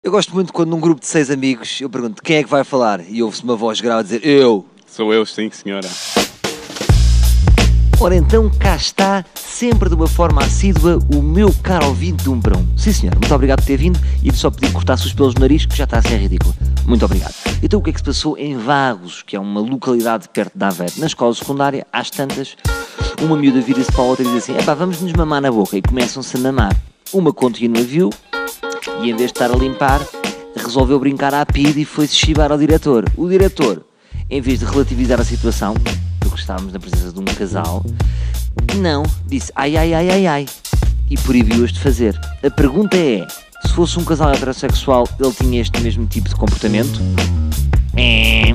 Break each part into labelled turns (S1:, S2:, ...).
S1: Eu gosto muito quando num grupo de seis amigos eu pergunto quem é que vai falar e ouve-se uma voz grave dizer eu.
S2: Sou eu, sim, senhora.
S1: Ora então cá está, sempre de uma forma assídua, o meu caro ouvinte de Umbrão. Sim senhor, muito obrigado por ter vindo e de só pedir que cortasse os pelos do nariz que já está a ser ridículo. Muito obrigado. Então o que é que se passou em Vagos, que é uma localidade perto de Aveiro? Na escola secundária, às tantas, uma miúda vira-se para a outra e diz assim epá, vamos nos mamar na boca e começam-se a mamar. Uma continua viu, e em vez de estar a limpar, resolveu brincar à PID e foi-se chibar ao diretor. O diretor, em vez de relativizar a situação, porque estávamos na presença de um casal, não, disse ai ai ai ai ai e proibiu-as de fazer. A pergunta é: se fosse um casal heterossexual, ele tinha este mesmo tipo de comportamento? É.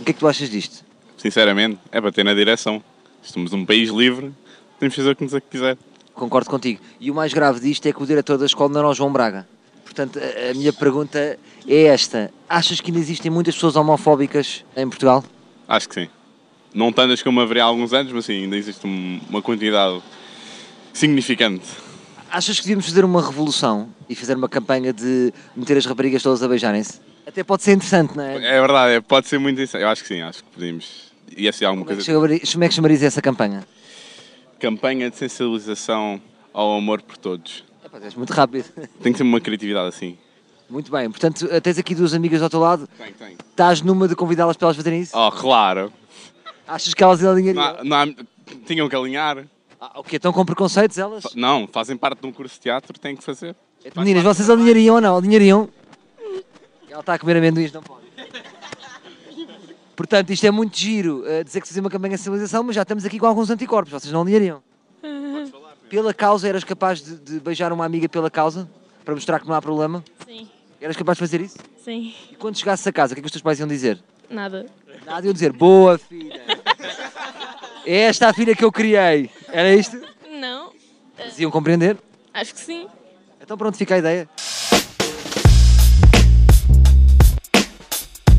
S1: O que é que tu achas disto?
S2: Sinceramente, é bater na direção. Estamos num país livre, podemos fazer o que nos quiser.
S1: Concordo contigo. E o mais grave disto é que o diretor da escola não era o João Braga. Portanto, a, a minha pergunta é esta: achas que ainda existem muitas pessoas homofóbicas em Portugal?
S2: Acho que sim. Não tantas como haveria há alguns anos, mas sim, ainda existe um- uma quantidade significante.
S1: Achas que devíamos fazer uma revolução e fazer uma campanha de meter as raparigas todas a beijarem-se? Até pode ser interessante, não é?
S2: É verdade, é- pode ser muito interessante. Eu acho que sim, acho que podíamos. Ia ser alguma
S1: Como é que
S2: coisa.
S1: chamari- como é que chamarias essa campanha?
S2: Campanha de sensibilização ao amor por todos.
S1: Epá, és muito rápido.
S2: Tem que ter uma criatividade assim.
S1: Muito bem, portanto, eh, tens aqui duas amigas ao teu lado.
S2: Tem, tem.
S1: Estás numa de convidá-las para elas fazerem isso?
S2: Oh, claro.
S1: Achas que elas alinhariam?
S2: Não há- não há- tinham que alinhar.
S1: Ah, o quê? Estão com preconceitos elas?
S2: Não, fazem parte de um curso de teatro, têm que fazer.
S1: Meninas, vocês alinhariam ou não? Alinhariam? Ela está a comer amendoins, não pode. Portanto, isto é muito giro eh, dizer que se fazia uma campanha de civilização, mas já estamos aqui com alguns anticorpos, vocês não alinhariam? Pela causa, eras capaz de, de beijar uma amiga pela causa? Para mostrar que não há problema?
S3: Sim,
S1: Eras capaz de fazer isso?
S3: sim,
S1: E quando chegasses a casa, o que é que os teus pais iam dizer?
S3: nada.
S1: Nada, iam dizer, boa filha! É esta a filha que eu criei! Era isto?
S3: Não,
S1: Eles iam compreender?
S3: acho que sim.
S1: Então pronto, fica a ideia.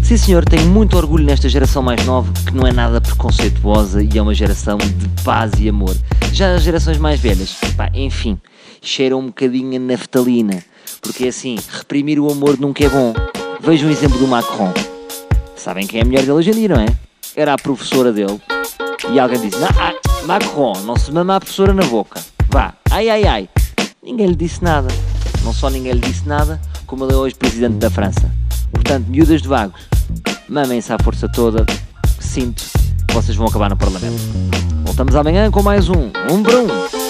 S1: Sim senhor, tenho muito orgulho nesta geração mais nova que não é nada preconceituosa e é uma geração de paz e amor. Já as gerações mais velhas, pá, enfim, cheiram um bocadinho a naftalina, porque é assim, reprimir o amor nunca é bom. Vejam o exemplo do Macron. Sabem quem é a mulher dele hoje em dia, não é? Era a professora dele. E alguém disse: "Não, ah, Macron, não se mama a professora na boca. Vá, ai ai ai. Ninguém lhe disse nada. Não só ninguém lhe disse nada, como ele é hoje presidente da França. Portanto, miúdas de vagos, mamem-se à força toda. Sinto que vocês vão acabar no Parlamento. Voltamos amanhã com mais um. Um para um.